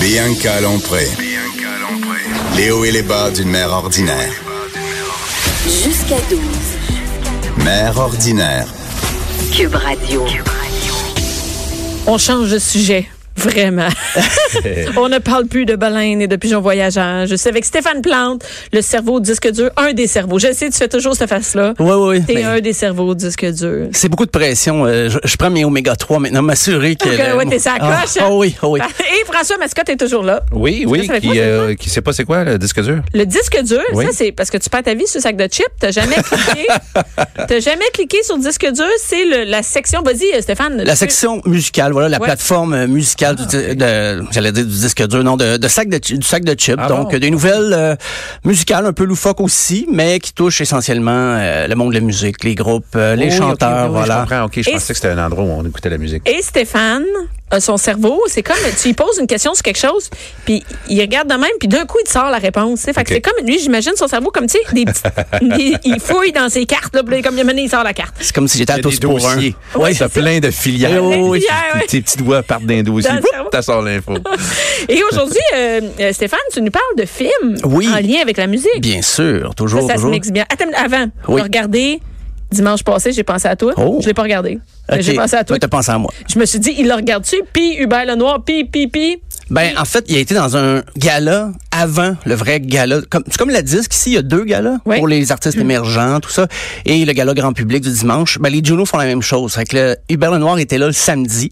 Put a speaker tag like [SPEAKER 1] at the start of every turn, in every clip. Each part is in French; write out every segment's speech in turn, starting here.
[SPEAKER 1] Bianca Lompré. Les hauts et les bas d'une mère ordinaire.
[SPEAKER 2] Jusqu'à 12.
[SPEAKER 1] Mère ordinaire.
[SPEAKER 2] Cube Radio.
[SPEAKER 3] On change de sujet. Vraiment. On ne parle plus de baleines et de pigeons voyageurs. Je suis avec Stéphane Plante, le cerveau disque dur, un des cerveaux. Je sais, tu fais toujours cette face-là.
[SPEAKER 4] Oui, oui, Ben,
[SPEAKER 3] T'es
[SPEAKER 4] oui.
[SPEAKER 3] un des cerveaux disque dur.
[SPEAKER 4] C'est beaucoup de pression. euh, je, je prends mes oméga 3 maintenant, m'assurer que.
[SPEAKER 3] Donc, euh,
[SPEAKER 4] le-
[SPEAKER 3] ouais, t'es sa
[SPEAKER 4] Ah,
[SPEAKER 3] coche.
[SPEAKER 4] ah oui, ah oui.
[SPEAKER 3] Et François Mascotte est toujours là.
[SPEAKER 5] Oui,
[SPEAKER 3] Tu
[SPEAKER 5] oui,
[SPEAKER 3] sais, ça fait quoi,
[SPEAKER 5] qui,
[SPEAKER 3] ça,
[SPEAKER 5] euh,
[SPEAKER 3] toi?
[SPEAKER 5] qui sait pas c'est quoi le disque dur.
[SPEAKER 3] Le disque dur,
[SPEAKER 5] Oui.
[SPEAKER 3] ça, c'est parce que tu perds ta vie sur le sac de chips. T'as jamais cliqué. T'as jamais cliqué sur disque dur. C'est le- la section. Vas-y, euh, Stéphane.
[SPEAKER 4] La
[SPEAKER 3] tu-
[SPEAKER 4] section musicale, voilà, la
[SPEAKER 3] Ouais.
[SPEAKER 4] plateforme euh, musicale du, di- de, j'allais dire du disque dur, non, de, de sac de, chi- du sac de chips.
[SPEAKER 5] Ah
[SPEAKER 4] donc,
[SPEAKER 5] bon?
[SPEAKER 4] euh, des nouvelles euh, musicales un peu loufoques aussi, mais qui touchent essentiellement euh, le monde de la musique, les groupes, euh, les
[SPEAKER 5] Oui,
[SPEAKER 4] chanteurs,
[SPEAKER 5] ok, oui,
[SPEAKER 4] voilà.
[SPEAKER 5] Je comprends, ok, je
[SPEAKER 3] Et-
[SPEAKER 5] pensais que c'était un endroit où on écoutait la musique.
[SPEAKER 3] Et Stéphane, a son cerveau, c'est comme tu lui poses une question sur quelque chose, puis il regarde de même, puis d'un coup il te sort la réponse. tu sais. Fait que
[SPEAKER 5] Ok.
[SPEAKER 3] c'est comme lui, j'imagine son cerveau comme tu sais, des petits- des- il fouille dans ses cartes, là, puis là, comme il a mené, il sort la carte.
[SPEAKER 4] C'est comme si j'étais à
[SPEAKER 5] Il y a
[SPEAKER 4] tous
[SPEAKER 5] des hein.
[SPEAKER 4] pour un.
[SPEAKER 5] dossiers.
[SPEAKER 4] Oui,
[SPEAKER 5] T'as plein de filières.
[SPEAKER 4] Oui, oui, oui.
[SPEAKER 3] Filières, oui.
[SPEAKER 5] Tes petits doigts partent d'un dossier.
[SPEAKER 3] Dans le
[SPEAKER 5] Oups,
[SPEAKER 3] cerveau.
[SPEAKER 5] T'as sort l'info.
[SPEAKER 3] Et aujourd'hui, euh, euh, Stéphane, tu nous parles de films
[SPEAKER 4] Oui.
[SPEAKER 3] en lien avec la musique.
[SPEAKER 4] bien sûr, toujours,
[SPEAKER 3] ça, ça se
[SPEAKER 4] toujours.
[SPEAKER 3] mixe bien. Attends, avant,
[SPEAKER 4] Oui.
[SPEAKER 3] j'ai regardé dimanche passé, j'ai pensé à toi.
[SPEAKER 4] Oh.
[SPEAKER 3] Je l'ai pas regardé. mais
[SPEAKER 4] Ok,
[SPEAKER 3] J'ai pensé à toi.
[SPEAKER 4] ben, T'as pensé à moi.
[SPEAKER 3] Je me suis dit, il le regarde-tu, puis Hubert Lenoir, puis, puis, puis.
[SPEAKER 4] Ben, en fait, il a été dans un gala avant le vrai gala. Comme- C'est comme la disque ici, il y a deux galas
[SPEAKER 3] Oui. Mm.
[SPEAKER 4] pour les artistes émergents, tout ça. Et le gala grand public du dimanche. Ben, les Juno font la même chose. Fait que le- Hubert Lenoir était là le samedi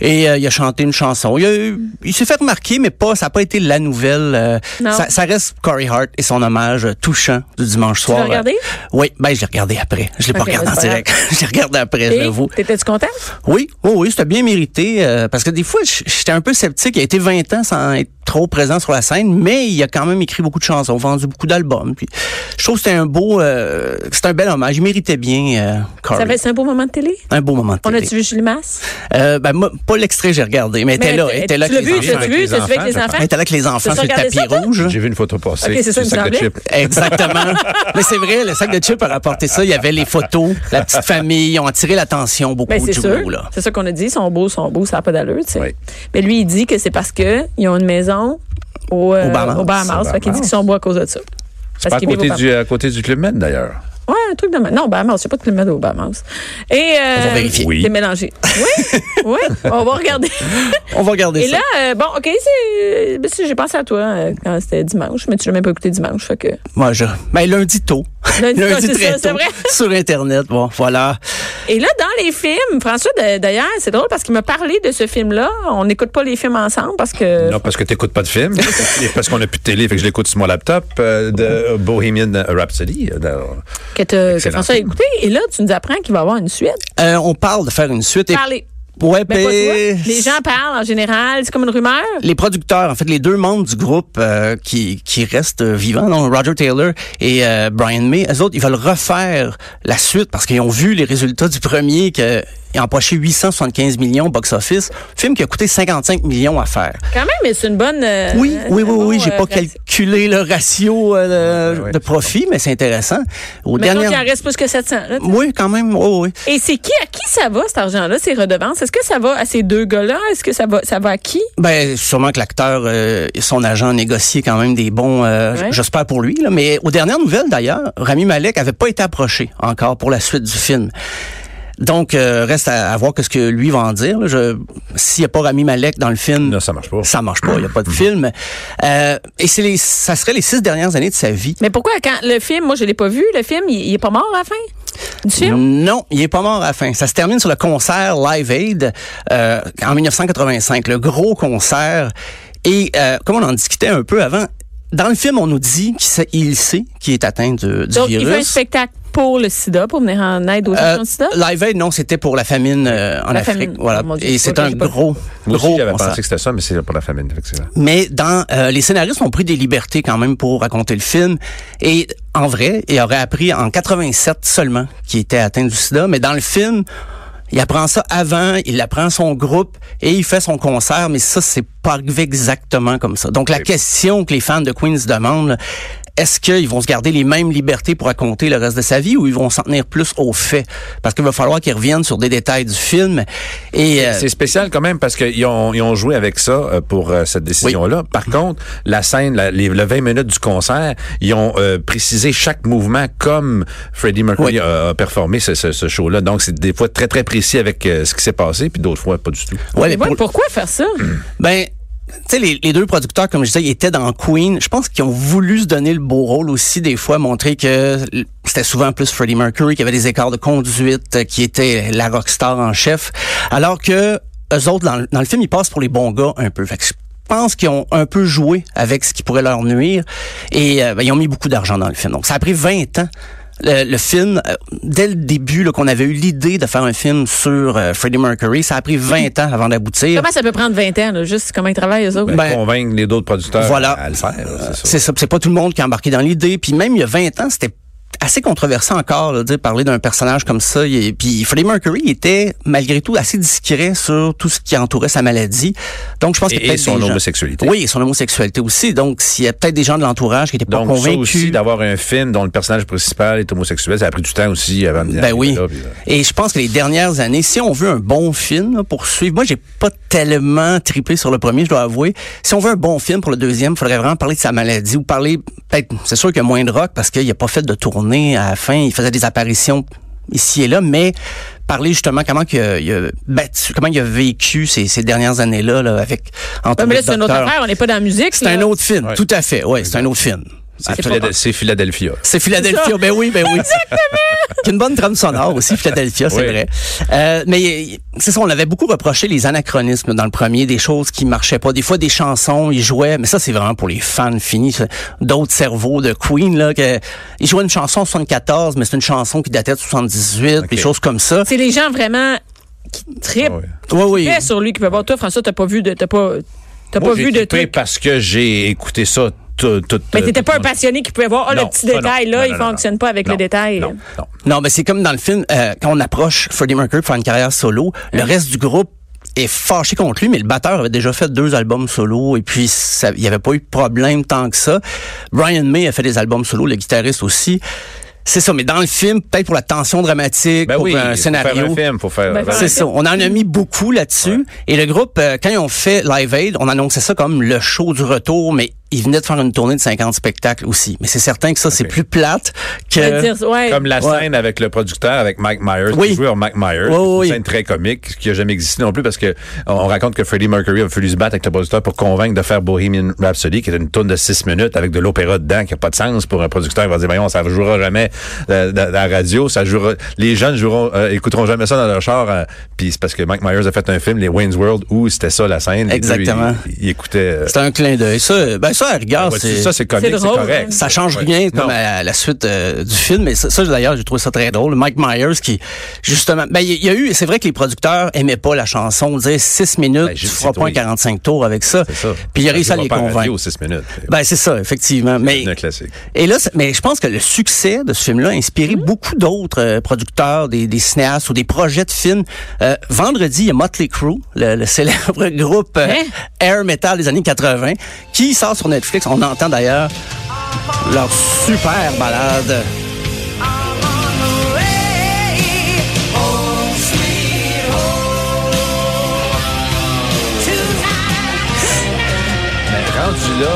[SPEAKER 4] et euh, il a chanté une chanson. Il, a eu- il s'est fait remarquer, mais pas, ça n'a pas été la nouvelle. euh,
[SPEAKER 3] Non.
[SPEAKER 4] ça, ça reste Corey Hart et son hommage euh, touchant du dimanche soir.
[SPEAKER 3] l'as regardé?
[SPEAKER 4] Euh, oui, ben, je l'ai regardé après. Je l'ai
[SPEAKER 3] Ok,
[SPEAKER 4] pas regardé
[SPEAKER 3] ben,
[SPEAKER 4] en
[SPEAKER 3] c'est pas
[SPEAKER 4] direct. je l'ai regardé après, je
[SPEAKER 3] Et
[SPEAKER 4] l'avoue.
[SPEAKER 3] T'étais-tu content?
[SPEAKER 4] Oui, oui, oui, c'était bien mérité. euh, parce que des fois, j- j'étais un peu sceptique. Il a été 20 ans sans être trop présent sur la scène, mais il a quand même écrit beaucoup de chansons, vendu beaucoup d'albums. Puis, je trouve que c'était un beau, euh, c'était un bel hommage. Il méritait bien, euh, Corey.
[SPEAKER 3] Ça fait c'est un beau moment de télé?
[SPEAKER 4] Un beau moment de
[SPEAKER 3] On
[SPEAKER 4] télé.
[SPEAKER 3] a-tu vu Julie Masse?
[SPEAKER 4] Euh, ben, moi, pas l'extrait, j'ai regardé, mais elle était là. elle était là
[SPEAKER 3] Tu l'as
[SPEAKER 4] avec les
[SPEAKER 3] vu, tu l'as
[SPEAKER 4] enfants.
[SPEAKER 3] vu, tu l'as vu avec les
[SPEAKER 5] je
[SPEAKER 3] enfants?
[SPEAKER 4] Elle était là avec les enfants
[SPEAKER 3] Tu
[SPEAKER 4] sur le
[SPEAKER 3] regardais
[SPEAKER 4] tapis
[SPEAKER 3] ça, toi?
[SPEAKER 4] rouge.
[SPEAKER 5] J'ai vu une photo passer.
[SPEAKER 3] Ok, c'est ça, il me
[SPEAKER 5] sur le sac de
[SPEAKER 3] semblait.
[SPEAKER 5] chips.
[SPEAKER 4] Exactement. Mais c'est vrai, le sac de chips a rapporté ça. Il y avait les photos, la petite famille, ils ont attiré l'attention beaucoup
[SPEAKER 3] Ben, c'est
[SPEAKER 4] du
[SPEAKER 3] sûr.
[SPEAKER 4] là.
[SPEAKER 3] C'est ça qu'on a dit. Ils sont beaux, ils sont beaux, ça n'a pas d'allure, tu sais.
[SPEAKER 5] Oui.
[SPEAKER 3] Mais lui, il dit que c'est parce qu'ils ont une maison au, euh,
[SPEAKER 4] Au Bahamas.
[SPEAKER 3] au Bahamas. Fait qu'il dit qu'ils sont beaux à cause de ça.
[SPEAKER 5] Pas à
[SPEAKER 3] qu'ils vivent au
[SPEAKER 5] côté
[SPEAKER 3] Bahamas.
[SPEAKER 5] du, à côté du Club Med, d'ailleurs.
[SPEAKER 3] Ouais, un truc de ma- Non, Bahamas. Je sais pas de Plymouth au Bahamas. Et. Euh,
[SPEAKER 4] On va vérifier.
[SPEAKER 5] Oui.
[SPEAKER 3] C'est mélangé. Oui, oui. On va regarder.
[SPEAKER 4] On va regarder
[SPEAKER 3] Et
[SPEAKER 4] ça.
[SPEAKER 3] là, euh, bon, OK, c'est. ben, si, J'ai pensé à toi euh, quand c'était dimanche, mais tu l'as même pas écouté dimanche. Fait que.
[SPEAKER 4] Moi, je. Ben, lundi tôt.
[SPEAKER 3] Lundi tôt, c'est ça, c'est vrai.
[SPEAKER 4] Sur Internet. Bon, voilà.
[SPEAKER 3] Et là, dans les films, François, de- d'ailleurs, c'est drôle parce qu'il m'a parlé de ce film-là. On n'écoute pas les films ensemble parce que.
[SPEAKER 5] Non, parce que t'écoutes pas de film. et parce qu'on a plus de télé, fait que je l'écoute sur mon laptop euh, de Bohemian Rhapsody. euh, d'ailleurs.
[SPEAKER 3] Que, t'as- que
[SPEAKER 5] Excellent
[SPEAKER 3] François a
[SPEAKER 5] film.
[SPEAKER 3] écouté. Et là, tu nous apprends qu'il va y avoir une suite.
[SPEAKER 4] Euh, on parle de faire une suite. et-
[SPEAKER 3] Parlez.
[SPEAKER 4] Ouais,
[SPEAKER 3] Ben, pas toi.
[SPEAKER 4] ben,
[SPEAKER 3] Les gens parlent en général. C'est comme une rumeur.
[SPEAKER 4] Les producteurs, en fait, les deux membres du groupe euh, qui, qui restent euh, vivants, donc Roger Taylor et euh, Brian May, eux autres, ils veulent refaire la suite parce qu'ils ont vu les résultats du premier qui a empoché 875 millions au box-office, film qui a coûté 55 millions à faire.
[SPEAKER 3] Quand même, mais c'est une bonne. euh,
[SPEAKER 4] Oui,
[SPEAKER 3] euh,
[SPEAKER 4] oui, oui,
[SPEAKER 3] un bon,
[SPEAKER 4] oui, j'ai
[SPEAKER 3] euh,
[SPEAKER 4] pas
[SPEAKER 3] ratio.
[SPEAKER 4] calculé le ratio euh, de,
[SPEAKER 5] Ouais, ouais.
[SPEAKER 4] de profit, mais c'est intéressant. Au
[SPEAKER 3] Mettons
[SPEAKER 4] dernier,
[SPEAKER 3] qu'il en reste plus que 700. là, tu sais.
[SPEAKER 4] oui, quand même, oui, oui.
[SPEAKER 3] Et c'est qui à qui ça va cet argent-là, ces redevances Est-ce que ça va à ces deux gars-là Est-ce que ça va ça va à qui
[SPEAKER 4] Ben, sûrement que l'acteur euh, et son agent ont négocié quand même des bons, euh,
[SPEAKER 3] Ouais.
[SPEAKER 4] j'espère pour lui. Là. Mais aux dernières nouvelles, d'ailleurs, Rami Malek avait pas été approché encore pour la suite du film. Donc, euh, reste à, à voir ce que lui va en dire. là. Je- S'il n'y a pas Rami Malek dans le film,
[SPEAKER 5] Non, ça marche pas. Mm-hmm.
[SPEAKER 4] ça marche pas. Il n'y a pas de film. Euh, et c'est les, ça serait les six dernières années de sa vie.
[SPEAKER 3] Mais pourquoi quand le film, moi je l'ai pas vu, le film, il, il est pas mort à la fin du film
[SPEAKER 4] Non, il est pas mort à la fin. Ça se termine sur le concert Live Aid euh, en 1985, le gros concert. Et euh, comme on en discutait un peu avant, dans le film, on nous dit qu'il sait, il sait qu'il est atteint de- du
[SPEAKER 3] Donc il
[SPEAKER 4] virus.
[SPEAKER 3] fait un spectacle. pour le sida, pour venir en aide aux gens
[SPEAKER 4] Euh,
[SPEAKER 3] qui ont le sida?
[SPEAKER 4] Live Aid, non, c'était pour la famine euh, en
[SPEAKER 3] La
[SPEAKER 4] Afrique.
[SPEAKER 3] famine.
[SPEAKER 4] Voilà.
[SPEAKER 3] Oh, mon Dieu,
[SPEAKER 4] Et
[SPEAKER 3] c'est
[SPEAKER 4] c'est
[SPEAKER 3] pas
[SPEAKER 4] un
[SPEAKER 3] que j'ai pas vu.
[SPEAKER 4] gros,
[SPEAKER 5] Moi
[SPEAKER 4] gros
[SPEAKER 5] aussi, j'avais
[SPEAKER 4] concert.
[SPEAKER 5] pensé que c'était ça, mais c'est pour la famine, effectivement.
[SPEAKER 4] Mais dans euh, les scénaristes ont pris des libertés quand même pour raconter le film. Et en vrai, il aurait appris en 87 seulement qu'il était atteint du sida. Mais dans le film, il apprend ça avant, il apprend son groupe et il fait son concert. Mais ça, c'est pas arrivé exactement comme ça. Donc la question que les fans de Queen se demandent, là, est-ce qu'ils vont se garder les mêmes libertés pour raconter le reste de sa vie ou ils vont s'en tenir plus aux faits? Parce qu'il va falloir qu'ils reviennent sur des détails du film. Et euh,
[SPEAKER 5] C'est spécial quand même parce qu'ils ont, ils ont joué avec ça euh, pour euh, cette décision-là. Par contre, la scène, la, les, le 20 minutes du concert, ils ont euh, précisé chaque mouvement comme Freddie Mercury
[SPEAKER 4] Oui.
[SPEAKER 5] a, a performé ce, ce- ce show-là. Donc, c'est des fois très, très précis avec euh, ce qui s'est passé, puis d'autres fois, pas du tout.
[SPEAKER 3] Mais
[SPEAKER 4] ouais, mais
[SPEAKER 3] ouais,
[SPEAKER 4] pour-
[SPEAKER 3] Pourquoi faire ça?
[SPEAKER 4] Ben, tu sais, les, les deux producteurs, comme je disais, ils étaient dans Queen. Je pense qu'ils ont voulu se donner le beau rôle aussi, des fois, montrer que l- c'était souvent plus Freddie Mercury, qui avait des écarts de conduite, euh, qui était la rockstar en chef. Alors que eux autres, dans, le- dans le film, ils passent pour les bons gars un peu. Fait que je pense qu'ils ont un peu joué avec ce qui pourrait leur nuire. Et euh, ben, ils ont mis beaucoup d'argent dans le film. Donc, ça a pris 20 ans. Le, le film, euh, dès le début, là, qu'on avait eu l'idée de faire un film sur euh, Freddie Mercury, ça a pris 20 ans avant d'aboutir.
[SPEAKER 3] Comment ça peut prendre 20 ans, là, juste comment ils travaillent, eux autres?
[SPEAKER 5] Ben,
[SPEAKER 4] Ben,
[SPEAKER 5] convaincre les autres producteurs
[SPEAKER 4] voilà.
[SPEAKER 5] à le faire, c'est ça.
[SPEAKER 4] C'est ça. puis C'est pas tout le monde qui a embarqué dans l'idée. Puis même il y a 20 ans, c'était assez controversé encore de parler d'un personnage comme ça. Et puis Freddie Mercury était malgré tout assez discret sur tout ce qui entourait sa maladie. Donc je pense qu'il y
[SPEAKER 5] Et,
[SPEAKER 4] a
[SPEAKER 5] et
[SPEAKER 4] peut-être
[SPEAKER 5] son
[SPEAKER 4] des gens-
[SPEAKER 5] homosexualité.
[SPEAKER 4] Oui, et son homosexualité aussi. Donc s'il y a peut-être des gens de l'entourage qui n'étaient pas
[SPEAKER 5] Donc, ça aussi,
[SPEAKER 4] convaincus.
[SPEAKER 5] d'avoir un film dont le personnage principal est homosexuel, ça a pris du temps aussi avant de
[SPEAKER 4] Ben oui.
[SPEAKER 5] là, puis, euh,
[SPEAKER 4] Et je pense que les dernières années, si on veut un bon film là, pour suivre, moi j'ai pas tellement trippé sur le premier, je dois avouer. Si on veut un bon film pour le deuxième, il faudrait vraiment parler de sa maladie ou parler peut-être c'est sûr qu'il y a moins de rock parce qu'il a pas fait de tournée à la fin, il faisait des apparitions ici et là, mais parler justement comment il a, il a battu, comment il a vécu ces, ces dernières années-là là, avec
[SPEAKER 3] Ouais,
[SPEAKER 4] Anthony
[SPEAKER 3] mais là, c'est une autre
[SPEAKER 4] Docteur.
[SPEAKER 3] affaire, on n'est pas dans la musique.
[SPEAKER 4] C'est un
[SPEAKER 3] là.
[SPEAKER 4] autre film,
[SPEAKER 5] Ouais.
[SPEAKER 4] tout à fait. Oui, c'est un autre film.
[SPEAKER 5] c'est Philadel- C'est Philadelphia.
[SPEAKER 4] C'est Philadelphia, ben oui, ben oui. Exactement! une bonne trame sonore aussi, Philadelphia, c'est
[SPEAKER 5] Oui.
[SPEAKER 4] vrai. Euh, mais euh, c'est ça, on avait beaucoup reproché les anachronismes dans le premier, des choses qui marchaient pas. Des fois, des chansons, ils jouaient, mais ça, c'est vraiment pour les fans finis. ça. D'autres cerveaux de Queen, là, que, ils jouaient une chanson en 74, mais c'est une chanson qui datait de 78, des choses comme ça.
[SPEAKER 3] C'est les gens vraiment qui trippent
[SPEAKER 5] Ah ouais.
[SPEAKER 4] Oui, oui.
[SPEAKER 3] très sur lui, qui peuvent voir. Toi, François, t'as pas vu de, t'as pas, t'as
[SPEAKER 5] Moi,
[SPEAKER 3] pas
[SPEAKER 5] j'ai
[SPEAKER 3] vu de
[SPEAKER 5] trippé
[SPEAKER 3] trucs.
[SPEAKER 5] parce que j'ai écouté ça tout. tout
[SPEAKER 3] Mais t'étais
[SPEAKER 5] tout
[SPEAKER 3] pas
[SPEAKER 5] le
[SPEAKER 3] un
[SPEAKER 5] monde.
[SPEAKER 3] passionné qui pouvait voir, oh,
[SPEAKER 5] Non,
[SPEAKER 3] le petit
[SPEAKER 5] ça, non.
[SPEAKER 3] détail, là,
[SPEAKER 5] Non,
[SPEAKER 3] il
[SPEAKER 5] non, non,
[SPEAKER 3] fonctionne
[SPEAKER 5] non.
[SPEAKER 3] pas avec
[SPEAKER 5] Non,
[SPEAKER 3] le détail.
[SPEAKER 5] Non, non.
[SPEAKER 4] Non, mais c'est comme dans le film, euh, quand on approche Freddie Mercury pour faire une carrière solo, le reste du groupe est fâché contre lui, mais le batteur avait déjà fait deux albums solo et puis ça- il n'y avait pas eu de problème tant que ça. Brian May a fait des albums solo, le guitariste aussi. C'est ça, mais dans le film, peut-être pour la tension dramatique,
[SPEAKER 5] Ben
[SPEAKER 4] pour
[SPEAKER 5] oui,
[SPEAKER 4] un
[SPEAKER 5] faut
[SPEAKER 4] scénario.
[SPEAKER 5] faire un film, faut faire.
[SPEAKER 3] Ben,
[SPEAKER 4] C'est ça. On en a mis beaucoup là-dessus. Et le groupe, euh, quand ils ont fait Live Aid, on annonçait ça comme le show du retour, mais ils venaient de faire une tournée de 50 spectacles aussi. Mais c'est certain que ça, c'est plus plate
[SPEAKER 3] Je
[SPEAKER 4] que...
[SPEAKER 3] veux dire, ouais.
[SPEAKER 5] Euh, Comme la
[SPEAKER 4] Ouais.
[SPEAKER 5] scène avec le producteur, avec Mike Myers,
[SPEAKER 4] Oui.
[SPEAKER 5] qui jouait en Mike Myers.
[SPEAKER 4] Oui, oui,
[SPEAKER 5] une
[SPEAKER 4] oui.
[SPEAKER 5] scène très comique, qui a jamais existé non plus, parce que on- on raconte que Freddie Mercury a voulu se battre avec le producteur pour convaincre de faire Bohemian Rhapsody, qui est une tourne de six minutes avec de l'opéra dedans, qui a pas de sens pour un producteur. Il va dire, voyons, ça jouera jamais euh, dans dans la radio, ça jouera, les jeunes joueront, euh, écouteront jamais ça dans leur char, euh, puis c'est parce que Mike Myers a fait un film, les Wayne's World, où c'était ça la scène. Les deux,
[SPEAKER 4] Exactement.
[SPEAKER 5] Ils ils écoutaient. euh,
[SPEAKER 4] C'est un clin d'œil. Ça, ben ça, à la rigueur,
[SPEAKER 5] Ah, ouais,
[SPEAKER 4] c'est-
[SPEAKER 5] ça, c'est comique,
[SPEAKER 3] Ah, c'est
[SPEAKER 5] c'est
[SPEAKER 3] drôle,
[SPEAKER 5] correct.
[SPEAKER 4] ça change
[SPEAKER 5] Ouais.
[SPEAKER 4] rien
[SPEAKER 5] Non.
[SPEAKER 4] comme à la suite euh, du film. Mais ça, ça, d'ailleurs, j'ai trouvé ça très drôle. Mike Myers qui, justement, ben il y, a eu. C'est vrai que les producteurs aimaient pas la chanson. On disait 6 minutes,
[SPEAKER 5] Ben,
[SPEAKER 4] tu
[SPEAKER 5] je sais,
[SPEAKER 4] feras pas un
[SPEAKER 5] oui.
[SPEAKER 4] 45 tours avec ça.
[SPEAKER 5] C'est ça.
[SPEAKER 4] Puis il a
[SPEAKER 5] Ça
[SPEAKER 4] réussi à
[SPEAKER 5] jouera
[SPEAKER 4] les
[SPEAKER 5] pas radio,
[SPEAKER 4] convaincre.
[SPEAKER 5] six minutes.
[SPEAKER 4] Ben c'est ça, effectivement. Mais
[SPEAKER 5] un classique.
[SPEAKER 4] et là, c'est- mais je pense que le succès de ce film-là a inspiré beaucoup d'autres euh, producteurs, des, des cinéastes ou des projets de films. Euh, vendredi, il y a Motley Crue, le, le célèbre groupe euh,
[SPEAKER 3] Hein?
[SPEAKER 4] air metal des années 80, qui sort sur Netflix. On entend d'ailleurs leur super balade.
[SPEAKER 5] Mais rendu là,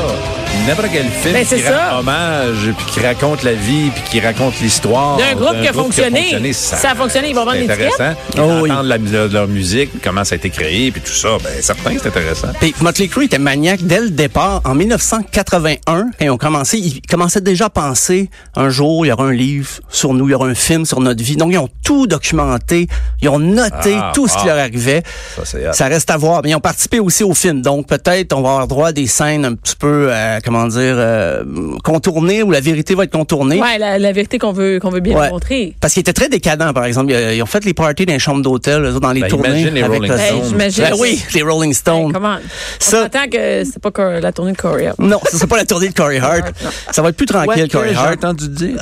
[SPEAKER 5] n'importe quel film
[SPEAKER 3] Ben, c'est
[SPEAKER 5] qui
[SPEAKER 3] ça.
[SPEAKER 5] rend hommage, puis qui raconte la vie, puis qui raconte l'histoire
[SPEAKER 3] D'un groupe qui a fonctionné.
[SPEAKER 5] ça,
[SPEAKER 3] Ça a fonctionné, ils vont vendre Ah
[SPEAKER 5] c'est
[SPEAKER 3] des
[SPEAKER 5] intéressant.
[SPEAKER 4] Oh oui.
[SPEAKER 5] Entendre la, leur, leur musique, comment ça a été créé, puis tout ça, ben certain, c'est intéressant.
[SPEAKER 4] Puis Motley Crue était maniaque dès le départ. En 1981, quand ils ont commencé, ils commençaient déjà à penser un jour, il y aura un livre sur nous, il y aura un film sur notre vie. Donc, ils ont tout documenté, ils ont noté
[SPEAKER 5] Ah,
[SPEAKER 4] tout ce qui
[SPEAKER 5] ah.
[SPEAKER 4] leur arrivait.
[SPEAKER 5] Ça, c'est hot.
[SPEAKER 4] Ça reste à voir. Mais ils ont participé aussi au film. Donc, peut-être on va avoir droit à des scènes un petit peu euh, comment dire, euh, contournée, où la vérité va être contournée.
[SPEAKER 3] Ouais, la, la vérité qu'on veut, qu'on veut bien
[SPEAKER 4] Ouais.
[SPEAKER 3] montrer.
[SPEAKER 4] Parce qu'ils étaient très décadents, par exemple. Ils, euh, ils ont fait les parties dans les chambres d'hôtel, eux autres, dans les
[SPEAKER 5] Ben,
[SPEAKER 4] tournées.
[SPEAKER 5] imagine les
[SPEAKER 4] avec
[SPEAKER 5] Rolling
[SPEAKER 4] le-
[SPEAKER 5] Stones.
[SPEAKER 3] Ben, j'imagine.
[SPEAKER 4] Ben oui, les Rolling
[SPEAKER 3] Hey,
[SPEAKER 4] Stones.
[SPEAKER 3] comment?
[SPEAKER 4] Ça-
[SPEAKER 3] On s'entend que c'est pas Cor- la tournée de Corey Hart.
[SPEAKER 4] non, ce sera pas la tournée de Corey Hart. Ça va être plus tranquille, Corey Hart. hein.
[SPEAKER 5] entendu dire.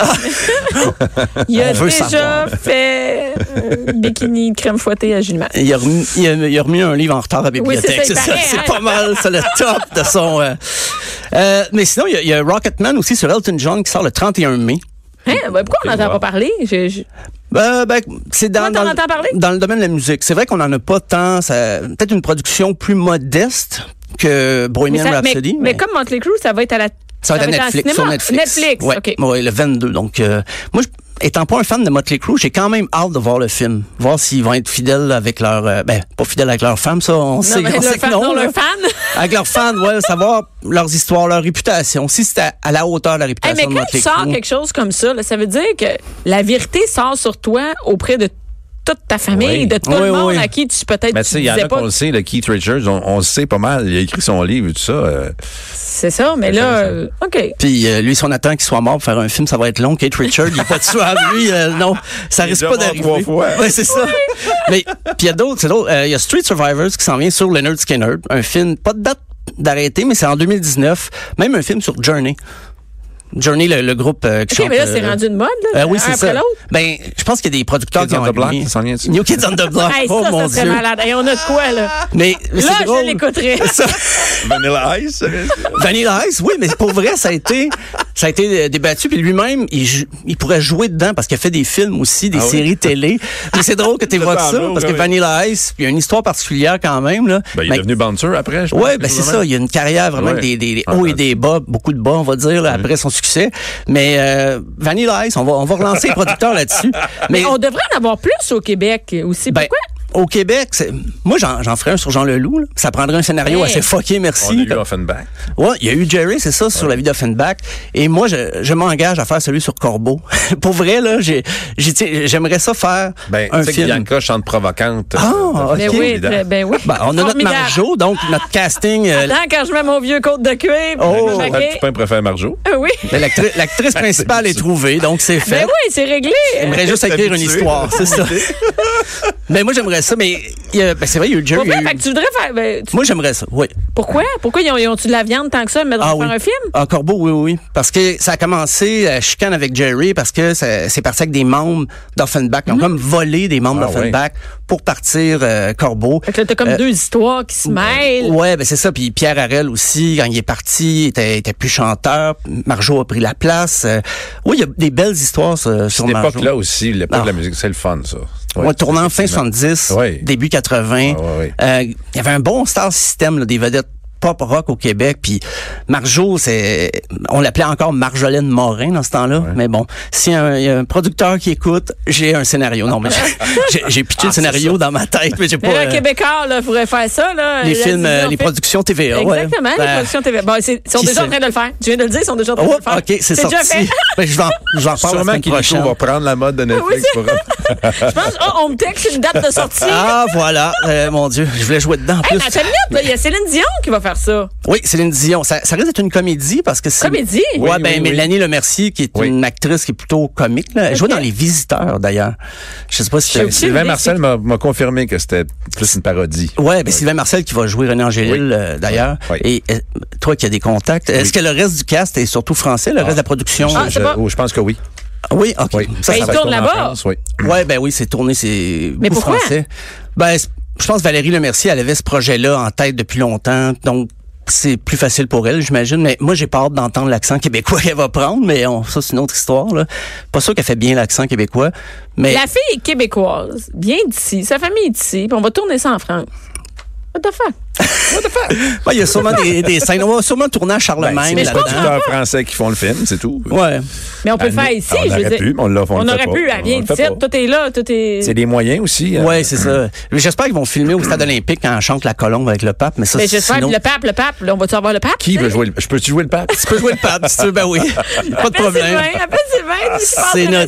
[SPEAKER 3] Il a
[SPEAKER 4] On veut
[SPEAKER 3] déjà
[SPEAKER 4] savoir.
[SPEAKER 3] fait euh, bikini de crème fouettée à Jules Masse.
[SPEAKER 4] Il a, remis, il, a, il a remis un livre en retard à la
[SPEAKER 3] Oui, c'est
[SPEAKER 4] bibliothèque.
[SPEAKER 3] ça, il
[SPEAKER 4] c'est,
[SPEAKER 3] paraît,
[SPEAKER 4] c'est
[SPEAKER 3] hein.
[SPEAKER 4] pas mal. C'est le top de son. euh, euh, mais sinon, il y, a, il y a Rocketman aussi sur Elton John qui sort le 31 mai.
[SPEAKER 3] Hein? Ben, pourquoi on n'entend pas parler? Je- je-
[SPEAKER 4] Euh, ben, c'est dans,
[SPEAKER 3] Ouais, t'en
[SPEAKER 4] dans le-
[SPEAKER 3] entends parler?
[SPEAKER 4] dans le domaine de la musique. C'est vrai qu'on n'en a pas tant. ça- peut-être une production plus modeste que
[SPEAKER 3] mais, ça-
[SPEAKER 4] Bohemian
[SPEAKER 3] mais-
[SPEAKER 4] Rhapsody.
[SPEAKER 3] mais comme Motley Crue, ça va être à la.
[SPEAKER 4] ça va être à
[SPEAKER 3] en
[SPEAKER 4] Netflix. Sur
[SPEAKER 3] cinéma.
[SPEAKER 4] Netflix.
[SPEAKER 3] Netflix,
[SPEAKER 4] Ouais,
[SPEAKER 3] OK.
[SPEAKER 4] ouais, le 22. Donc, euh, moi, je- étant pas un fan de Motley Crue, j'ai quand même hâte de voir le film. Voir s'ils vont être fidèles avec leur... euh, ben, pas fidèles avec leur femme, ça, on sait,
[SPEAKER 3] mais
[SPEAKER 4] on
[SPEAKER 3] le
[SPEAKER 4] sait que
[SPEAKER 3] fan,
[SPEAKER 4] non.
[SPEAKER 3] non,
[SPEAKER 4] là.
[SPEAKER 3] le fan.
[SPEAKER 4] Avec leurs fans, ouais, savoir leurs histoires, leur réputation. Si c'est à, à la hauteur de la
[SPEAKER 3] Hey,
[SPEAKER 4] réputation
[SPEAKER 3] mais
[SPEAKER 4] de
[SPEAKER 3] quand
[SPEAKER 4] Motley
[SPEAKER 3] tu sors
[SPEAKER 4] Crue.
[SPEAKER 3] quelque chose comme ça, là, ça veut dire que la vérité sort sur toi auprès de toute ta famille,
[SPEAKER 5] Oui.
[SPEAKER 3] de tout
[SPEAKER 4] Oui,
[SPEAKER 3] le monde
[SPEAKER 4] oui. Ben,
[SPEAKER 3] à qui tu peut-être
[SPEAKER 5] Mais tu
[SPEAKER 3] tu
[SPEAKER 5] sais, il y en
[SPEAKER 3] disais
[SPEAKER 5] a
[SPEAKER 3] pas.
[SPEAKER 5] qu'on le sait, le Keith Richards, on, on le sait pas mal. Il a écrit son livre et tout ça. euh,
[SPEAKER 3] C'est ça, mais là, euh, OK.
[SPEAKER 4] Puis euh, lui, si on attend qu'il soit mort pour faire un film, ça va être long. Kate Richard, il est pas de suave. Lui, euh, non, ça
[SPEAKER 5] Il est
[SPEAKER 4] risque
[SPEAKER 5] déjà
[SPEAKER 4] pas
[SPEAKER 5] mort
[SPEAKER 4] d'arriver.
[SPEAKER 5] trois fois.
[SPEAKER 4] Ouais, c'est ça. Mais puis il y a d'autres, c'est d'autres. Euh, Il y a Street Survivors qui s'en vient sur Leonard Skinner, un film pas de date d'arrêter, mais c'est en 2019. Même un film sur Journey. Journey, le, le groupe euh, qui
[SPEAKER 3] OK,
[SPEAKER 4] chante,
[SPEAKER 3] mais là, c'est
[SPEAKER 4] euh,
[SPEAKER 3] rendu une mode, là.
[SPEAKER 4] euh, oui,
[SPEAKER 3] un
[SPEAKER 4] c'est
[SPEAKER 3] après
[SPEAKER 4] ça.
[SPEAKER 3] l'autre.
[SPEAKER 4] Ben, je pense qu'il y a des producteurs
[SPEAKER 5] Kids
[SPEAKER 4] qui
[SPEAKER 5] on
[SPEAKER 4] ont
[SPEAKER 5] the Block,
[SPEAKER 4] allumé.
[SPEAKER 5] ça en vient-tu?
[SPEAKER 4] New Kids on the Block.
[SPEAKER 3] Hey,
[SPEAKER 4] oh
[SPEAKER 3] ça,
[SPEAKER 4] mon
[SPEAKER 3] ça serait
[SPEAKER 4] Dieu.
[SPEAKER 3] malade. Hey, on a de quoi, là?
[SPEAKER 4] Mais, mais
[SPEAKER 3] Là,
[SPEAKER 4] c'est
[SPEAKER 3] je
[SPEAKER 4] drôle.
[SPEAKER 3] l'écouterais.
[SPEAKER 4] Ça-
[SPEAKER 5] Vanilla Ice.
[SPEAKER 4] Vanilla Ice, oui, mais pour vrai, ça a été, ça a été euh, débattu. Puis lui-même, il, ju- il pourrait jouer dedans parce qu'il a fait des films aussi, des
[SPEAKER 5] Ah oui?
[SPEAKER 4] séries télé. Mais c'est drôle que tu
[SPEAKER 5] Ça
[SPEAKER 4] évoques ça,
[SPEAKER 5] sent lourd,
[SPEAKER 4] parce que
[SPEAKER 5] oui.
[SPEAKER 4] Vanilla Ice, il y a une histoire particulière quand même. Là.
[SPEAKER 5] Ben, il
[SPEAKER 4] Mais-
[SPEAKER 5] est devenu bouncer après. je pense,
[SPEAKER 4] Ouais,
[SPEAKER 5] quelque
[SPEAKER 4] ben c'est
[SPEAKER 5] chose de
[SPEAKER 4] ça.
[SPEAKER 5] même.
[SPEAKER 4] Il y a une carrière vraiment
[SPEAKER 5] Ouais.
[SPEAKER 4] avec des, des, des hauts et des bas, beaucoup de bas, on va dire, là, après son succès. Mais euh, Vanilla Ice, on va, on va relancer les producteurs là-dessus.
[SPEAKER 3] Mais on devrait en avoir plus au Québec aussi.
[SPEAKER 4] Ben,
[SPEAKER 3] Pourquoi?
[SPEAKER 4] au Québec, c'est- moi j'en j'en ferais un sur Jean Leloup. là. Ça prendrait un scénario
[SPEAKER 3] Hey.
[SPEAKER 4] assez fucké, merci.
[SPEAKER 5] On a eu
[SPEAKER 4] Comme-
[SPEAKER 5] Offenbach.
[SPEAKER 4] Ouais, il y a eu Jerry, c'est ça, sur la vie d'Offenbach. Et moi, je, je m'engage à faire celui sur Corbeau. Pour vrai, là, j'ai, j'ai- tu sais, j'aimerais ça faire
[SPEAKER 5] Ben,
[SPEAKER 4] un
[SPEAKER 5] tu sais que
[SPEAKER 4] film.
[SPEAKER 5] Bianca chante provocante.
[SPEAKER 4] Ah,
[SPEAKER 5] Euh,
[SPEAKER 4] ok.
[SPEAKER 3] Ben
[SPEAKER 5] c'est
[SPEAKER 3] oui,
[SPEAKER 5] évident.
[SPEAKER 3] très- ben oui.
[SPEAKER 4] Ben, on a notre
[SPEAKER 3] Formidable.
[SPEAKER 4] Marjo, donc notre casting. euh,
[SPEAKER 3] Attends, quand je mets mon vieux côte de cuir,
[SPEAKER 4] Oh.
[SPEAKER 3] je me
[SPEAKER 5] Chantal
[SPEAKER 3] maquille.
[SPEAKER 5] Toupin préfère Marjo.
[SPEAKER 3] Ah Oui.
[SPEAKER 4] ben, l'actri- l'actrice principale est trouvée, donc c'est fait.
[SPEAKER 3] Ben oui, c'est réglé.
[SPEAKER 4] J'aimerais juste
[SPEAKER 5] T'es
[SPEAKER 4] écrire une
[SPEAKER 5] habitué.
[SPEAKER 4] histoire, c'est ça. Mais moi, j'aimerais ça, mais il y a- ben, c'est vrai, il y a eu Jerry.
[SPEAKER 3] Pour
[SPEAKER 4] il y a
[SPEAKER 3] vrai,
[SPEAKER 4] eu-
[SPEAKER 3] fait que tu voudrais faire. ben, tu-
[SPEAKER 4] Moi, j'aimerais ça, oui.
[SPEAKER 3] Pourquoi? Pourquoi ils ont- ils ont-tu de la viande tant que ça, mais de
[SPEAKER 4] Ah
[SPEAKER 3] faire
[SPEAKER 4] oui.
[SPEAKER 3] un film?
[SPEAKER 4] Ah, Corbeau, oui, oui. Parce que ça a commencé à chicane avec Jerry parce que ça- c'est parti avec des membres d'Offenbach.
[SPEAKER 3] Mm-hmm.
[SPEAKER 4] Ils ont comme volé des membres
[SPEAKER 5] Ah,
[SPEAKER 4] d'Offenbach pour partir euh, Corbeau.
[SPEAKER 3] Fait que là, t'as comme
[SPEAKER 4] Euh,
[SPEAKER 3] deux histoires qui se mêlent.
[SPEAKER 4] Ouais, ben c'est ça. Puis Pierre Harel aussi, quand il est parti, il était, il était plus chanteur. Marjo a pris la place. Euh, oui, il y a des belles histoires euh, sur
[SPEAKER 5] Cette
[SPEAKER 4] Marjo.
[SPEAKER 5] époque-là aussi, l'époque
[SPEAKER 4] Ah.
[SPEAKER 5] de la musique, c'est le fun, ça.
[SPEAKER 4] Ouais, tournant fin
[SPEAKER 5] effectivement.
[SPEAKER 4] 70,
[SPEAKER 5] Ouais.
[SPEAKER 4] début 80.
[SPEAKER 5] Ah, ouais, ouais.
[SPEAKER 4] Euh, Il y avait un bon star system là, des vedettes pop rock au Québec. Puis Marjo, c'est, on l'appelait encore Marjolaine Morin dans ce temps-là. Mais bon, si un, il y a un producteur qui écoute, j'ai un scénario. Non, mais j'ai- j'ai, j'ai
[SPEAKER 5] Ah,
[SPEAKER 4] pitché le scénario dans ma tête, mais j'ai pas.
[SPEAKER 3] Mais là,
[SPEAKER 4] euh,
[SPEAKER 3] Québécois, là, pourrait faire ça, là.
[SPEAKER 4] les
[SPEAKER 3] La
[SPEAKER 4] films,
[SPEAKER 3] division
[SPEAKER 4] euh, les
[SPEAKER 3] fait-
[SPEAKER 4] productions TVA. ouais.
[SPEAKER 3] Exactement, les
[SPEAKER 4] Ben,
[SPEAKER 3] productions TV. Bon, c'est- ils sont
[SPEAKER 4] qui
[SPEAKER 3] déjà en
[SPEAKER 4] sait?
[SPEAKER 3] train de le faire. Tu viens de le dire, ils sont déjà en train de
[SPEAKER 4] Oh,
[SPEAKER 3] le faire.
[SPEAKER 4] ok, c'est sorti.
[SPEAKER 3] déjà fait.
[SPEAKER 4] Ben, je vais en, je vais en parler la
[SPEAKER 5] Sûrement
[SPEAKER 4] semaine
[SPEAKER 5] qu'Illico
[SPEAKER 4] prochaine.
[SPEAKER 5] va prendre la mode de Netflix pour...
[SPEAKER 3] Je pense, oh, on me texte une date de sortie.
[SPEAKER 4] Ah voilà, Euh, mon Dieu, je voulais jouer dedans en
[SPEAKER 3] Hey,
[SPEAKER 4] plus.
[SPEAKER 3] mais attends une minute, là, il y a Céline Dion qui va faire ça.
[SPEAKER 4] Oui, Céline Dion. Ça, ça risque d'être une comédie parce que c'est.
[SPEAKER 3] Comédie?
[SPEAKER 4] Ouais,
[SPEAKER 5] Oui,
[SPEAKER 4] ben
[SPEAKER 5] oui, oui.
[SPEAKER 4] Mélanie Lemercier, qui est
[SPEAKER 5] Oui.
[SPEAKER 4] une actrice qui est plutôt comique. Là. Elle joue
[SPEAKER 3] Ok.
[SPEAKER 4] dans Les Visiteurs, d'ailleurs. Je sais pas si.
[SPEAKER 5] Ben,
[SPEAKER 4] tu-
[SPEAKER 5] Sylvain
[SPEAKER 3] idée,
[SPEAKER 5] Marcel m'a m'a confirmé que c'était plus une parodie.
[SPEAKER 4] Ouais, ben Sylvain Marcel qui va jouer René Angélil,
[SPEAKER 5] Oui.
[SPEAKER 4] euh, d'ailleurs.
[SPEAKER 5] Oui.
[SPEAKER 4] Et euh, toi qui as des contacts, est-ce que le reste du cast est surtout français, le reste de la production?
[SPEAKER 3] Ah,
[SPEAKER 5] je,
[SPEAKER 3] c'est pas-
[SPEAKER 5] oh, je pense que oui.
[SPEAKER 4] Oui, ok.
[SPEAKER 5] oui.
[SPEAKER 4] Ça,
[SPEAKER 3] Ben,
[SPEAKER 4] ça
[SPEAKER 3] il
[SPEAKER 4] va
[SPEAKER 5] se
[SPEAKER 4] être-
[SPEAKER 3] tourne
[SPEAKER 5] en
[SPEAKER 3] là-bas.
[SPEAKER 5] France, oui.
[SPEAKER 4] Ouais, ben oui, c'est tourné, c'est
[SPEAKER 3] Mais
[SPEAKER 4] beaucoup
[SPEAKER 3] pourquoi?
[SPEAKER 4] français. Ben, c'est- je pense que Valérie Lemercier, elle avait ce projet-là en tête depuis longtemps, donc c'est plus facile pour elle, j'imagine. Mais moi, j'ai pas hâte d'entendre l'accent québécois qu'elle va prendre, mais on- ça, c'est une autre histoire. Là. Pas sûr qu'elle fait bien l'accent québécois,
[SPEAKER 5] Eh.
[SPEAKER 4] mais
[SPEAKER 3] La fille est québécoise, bien d'ici, sa famille est d'ici, puis on va tourner ça en France. What the fuck?
[SPEAKER 4] ben, il y a sûrement des, des scènes. On va sûrement tourner à
[SPEAKER 5] Ben,
[SPEAKER 4] Charlemagne
[SPEAKER 5] c'est les
[SPEAKER 4] là-dedans.
[SPEAKER 5] producteurs français qui font le film, c'est tout.
[SPEAKER 4] Ouais.
[SPEAKER 3] Mais on peut
[SPEAKER 5] Ah,
[SPEAKER 3] le faire
[SPEAKER 5] nous,
[SPEAKER 3] ici,
[SPEAKER 5] on
[SPEAKER 3] je veux
[SPEAKER 5] aurait
[SPEAKER 3] dire.
[SPEAKER 5] pu, mais on l'a- on le fait
[SPEAKER 3] aurait
[SPEAKER 5] pas.
[SPEAKER 3] pu,
[SPEAKER 5] On
[SPEAKER 3] elle vient
[SPEAKER 5] le
[SPEAKER 3] d'ici,
[SPEAKER 5] fait pas.
[SPEAKER 3] tout est là, tout est.
[SPEAKER 5] C'est des moyens aussi. hein.
[SPEAKER 4] Ouais, c'est ça. Mais J'espère qu'ils vont filmer au stade olympique quand on chante la colombe avec le pape, mais ça,
[SPEAKER 3] Mais
[SPEAKER 4] c'est
[SPEAKER 3] Ben, j'espère,
[SPEAKER 4] une autre-
[SPEAKER 3] le pape, le pape, là, on va-tu avoir le pape?
[SPEAKER 5] Qui
[SPEAKER 3] tu sais?
[SPEAKER 5] veut jouer le... Je peux-tu jouer le pape?
[SPEAKER 4] Tu peux jouer le pape, si tu veux, ben oui. Pas de
[SPEAKER 3] Appelle
[SPEAKER 4] problème.
[SPEAKER 3] Sylvain, appelle Sylvain,
[SPEAKER 5] Ah,
[SPEAKER 3] dis, je pense
[SPEAKER 4] C'est
[SPEAKER 3] que
[SPEAKER 4] noté.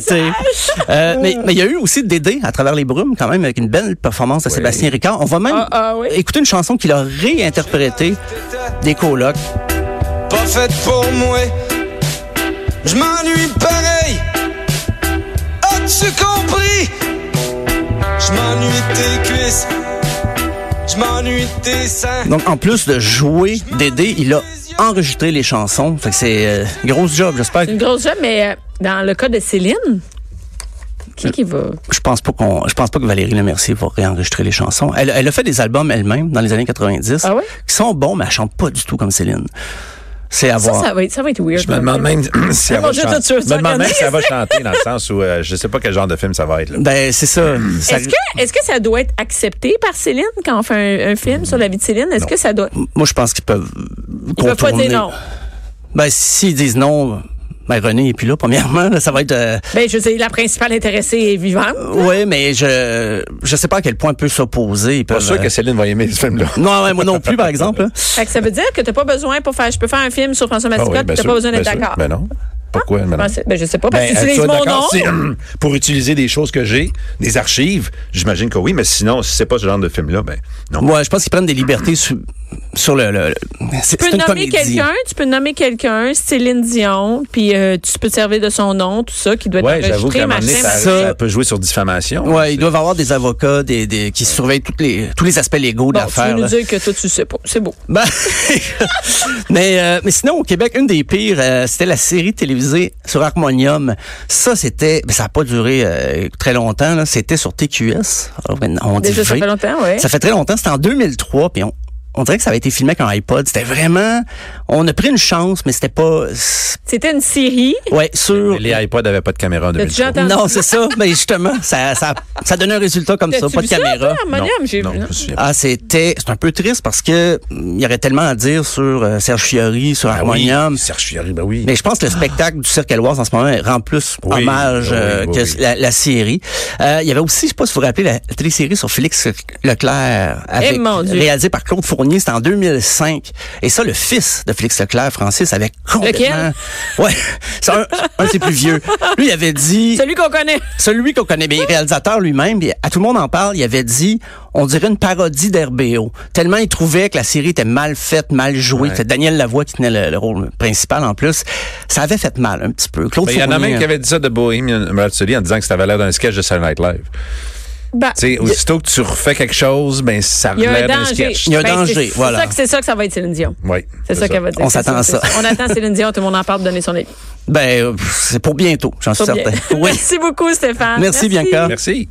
[SPEAKER 3] ça-
[SPEAKER 4] Euh, mais mais il y a eu aussi Dédé à travers les brumes quand même avec une belle performance de Sébastien Ricard. On va même
[SPEAKER 3] Ah, ah, oui.
[SPEAKER 4] écouter une chanson qu'il a réinterprétée des colocs.
[SPEAKER 6] pas faite pour moi. Je m'ennuie pareil. As-tu compris? Je m'ennuie de tes cuisses. Je m'ennuie de tes seins.
[SPEAKER 4] Donc, en plus de jouer Dédé, il a enregistré les chansons. Fait que c'est euh, grosse job, j'espère.
[SPEAKER 3] C'est une grosse job, mais euh, dans le cas de Céline, qui qui va?
[SPEAKER 4] Je pense pas qu'on, je pense pas que Valérie Lemercier va réenregistrer les chansons. Elle, elle a fait des albums elle-même dans les années 90
[SPEAKER 3] Ah ouais?
[SPEAKER 4] qui sont bons, mais elle chante pas du tout comme Céline. C'est à
[SPEAKER 3] Ça,
[SPEAKER 4] voir.
[SPEAKER 3] ça va être, ça va être weird.
[SPEAKER 5] Je me demande même si elle
[SPEAKER 3] Mon
[SPEAKER 5] va
[SPEAKER 3] Dieu, t'as tué
[SPEAKER 5] chanter. Je
[SPEAKER 3] ça,
[SPEAKER 5] me demande même
[SPEAKER 3] regardez.
[SPEAKER 5] si elle va chanter dans le sens où euh, je sais pas quel genre de film ça va être. là.
[SPEAKER 4] Ben c'est ça. Ça-
[SPEAKER 3] Est-ce que, est-ce que ça doit être accepté par Céline quand on fait un, un film sur la vie de Céline? Est-ce que ça doit.
[SPEAKER 4] Moi, je pense qu'ils peuvent
[SPEAKER 3] Ils peuvent pas dire non.
[SPEAKER 4] Ben s'ils disent non, ben René est plus là. Premièrement, là, ça va être. euh,
[SPEAKER 3] Ben, je sais, la principale intéressée est vivante.
[SPEAKER 4] ouais, mais je, je sais pas à quel point peut s'opposer. Ils
[SPEAKER 5] Pas
[SPEAKER 4] peuvent,
[SPEAKER 5] sûr que
[SPEAKER 4] euh,
[SPEAKER 5] Céline va aimer ce film-là.
[SPEAKER 4] Non, ouais, moi non plus, par exemple. hein.
[SPEAKER 3] Fait que ça veut dire que t'as pas besoin pour faire. Je peux faire un film sur François
[SPEAKER 5] Ah
[SPEAKER 3] Mascotte,
[SPEAKER 5] oui, bien
[SPEAKER 3] t'as
[SPEAKER 5] sûr,
[SPEAKER 3] pas besoin d'être
[SPEAKER 5] bien sûr.
[SPEAKER 3] d'accord.
[SPEAKER 5] Ben non. Pourquoi? Ben non.
[SPEAKER 3] Ah, c'est- ben, je sais pas, parce
[SPEAKER 5] Ben,
[SPEAKER 3] que tu
[SPEAKER 5] est-ce que
[SPEAKER 3] utilises
[SPEAKER 5] tu es
[SPEAKER 3] mon
[SPEAKER 5] d'accord
[SPEAKER 3] nom.
[SPEAKER 5] si- pour utiliser des choses que j'ai, des archives, j'imagine que oui, mais sinon, si c'est pas ce genre de film-là, ben non.
[SPEAKER 4] Ouais, je pense qu'ils prennent des libertés sur, sur le. le- le- c'est
[SPEAKER 3] Tu peux
[SPEAKER 4] c'est une
[SPEAKER 3] nommer
[SPEAKER 4] comédie.
[SPEAKER 3] quelqu'un, tu peux nommer quelqu'un, Céline Dion, puis euh, tu peux te servir de son nom, tout ça, qui doit être
[SPEAKER 5] Ouais, j'avoue
[SPEAKER 3] enregistré,
[SPEAKER 5] qu'à un moment donné,
[SPEAKER 3] machin,
[SPEAKER 5] ça,
[SPEAKER 3] machin.
[SPEAKER 4] machin.
[SPEAKER 5] ça peut jouer sur diffamation.
[SPEAKER 4] Ouais, ils doivent avoir des avocats des, des- qui surveillent toutes les, tous les aspects légaux de
[SPEAKER 3] Bon, tu veux
[SPEAKER 4] l'affaire.
[SPEAKER 3] nous
[SPEAKER 4] là.
[SPEAKER 3] dire que toi, tu sais pas. C'est beau.
[SPEAKER 4] Ben, mais, euh, mais sinon, au Québec, une des pires, euh, c'était la série télévisée sur Harmonium. Ça, c'était... ben, ça n'a pas duré euh, très longtemps. là. C'était sur TQS. Alors, ben, on dit
[SPEAKER 3] Déjà, ça
[SPEAKER 4] V.
[SPEAKER 3] fait longtemps, ouais.
[SPEAKER 4] Ça fait très longtemps. C'était en 2003, puis on... On dirait que ça avait été filmé avec un iPod. C'était vraiment, on a pris une chance, mais c'était pas,
[SPEAKER 3] C'était une série.
[SPEAKER 4] ouais, sur.
[SPEAKER 5] Les iPods n'avaient pas de caméra en
[SPEAKER 3] T'as
[SPEAKER 5] 2003.
[SPEAKER 3] déjà entendu?
[SPEAKER 4] Non, c'est ça. Mais justement, ça, ça, ça donnait un résultat comme ça,
[SPEAKER 3] T'as-tu
[SPEAKER 4] pas de
[SPEAKER 3] vu ça,
[SPEAKER 4] caméra.
[SPEAKER 3] toi, Harmonium? J'ai
[SPEAKER 5] non,
[SPEAKER 3] vu. hein.
[SPEAKER 5] je me souviens pas.
[SPEAKER 4] Ah, c'était, c'est un peu triste parce que mm, il y aurait tellement à dire sur euh, Serge Fiori, sur
[SPEAKER 5] Ah oui,
[SPEAKER 4] Harmonium.
[SPEAKER 5] Serge Fiori, ben oui.
[SPEAKER 4] Mais je pense que le spectacle du Cirque Éloise en ce moment rend plus
[SPEAKER 5] Oui,
[SPEAKER 4] hommage
[SPEAKER 5] oui,
[SPEAKER 4] euh,
[SPEAKER 5] oui,
[SPEAKER 4] que
[SPEAKER 5] oui.
[SPEAKER 4] La, la série. Euh, il y avait aussi, je sais pas si vous vous rappelez, la télésérie sur Félix Leclerc,
[SPEAKER 5] Eh,
[SPEAKER 4] avec,
[SPEAKER 3] mon Dieu.
[SPEAKER 4] réalisée par Claude Fournier, c'était en 2005. Et ça, le fils de Félix Leclerc, Francis, avait complètement... Ouais, c'est un, un de ses plus vieux. Lui, il avait dit...
[SPEAKER 3] Celui qu'on connaît.
[SPEAKER 4] Celui qu'on connaît bien, réalisateur lui-même, puis à tout le monde en parle, il avait dit, on dirait une parodie d'RBO. Tellement il trouvait que la série était mal faite, mal jouée. C'était Daniel Lavoie qui tenait le, le rôle principal en plus. Ça avait fait mal un petit peu. Claude
[SPEAKER 5] Ben, il y en a
[SPEAKER 4] Fournier, hein.
[SPEAKER 5] même qui avaient dit ça de Bohemian Rhapsody en disant que ça avait l'air d'un sketch de Saturday Night Live.
[SPEAKER 3] Ben,
[SPEAKER 5] Tu sais, aussitôt que tu refais quelque chose, ben ça
[SPEAKER 3] il y a un
[SPEAKER 5] relève d'un
[SPEAKER 3] danger.
[SPEAKER 5] sketch.
[SPEAKER 4] Il y a un
[SPEAKER 3] Ben, c'est-
[SPEAKER 4] danger,
[SPEAKER 3] c'est ça
[SPEAKER 4] voilà.
[SPEAKER 3] que- C'est ça que ça va être Céline Dion.
[SPEAKER 5] Ouais,
[SPEAKER 3] C'est ça qu'elle va dire.
[SPEAKER 4] On
[SPEAKER 3] C'est
[SPEAKER 4] s'attend
[SPEAKER 3] c'est
[SPEAKER 4] à ça.
[SPEAKER 3] On attend Céline Dion, tout le monde en parle, donner son avis.
[SPEAKER 4] Ben, euh, pff, c'est pour bientôt, j'en suis
[SPEAKER 3] Pas bien.
[SPEAKER 4] certain. Oui.
[SPEAKER 3] Merci beaucoup, Stéphane.
[SPEAKER 4] Merci, Bianca.
[SPEAKER 5] Merci.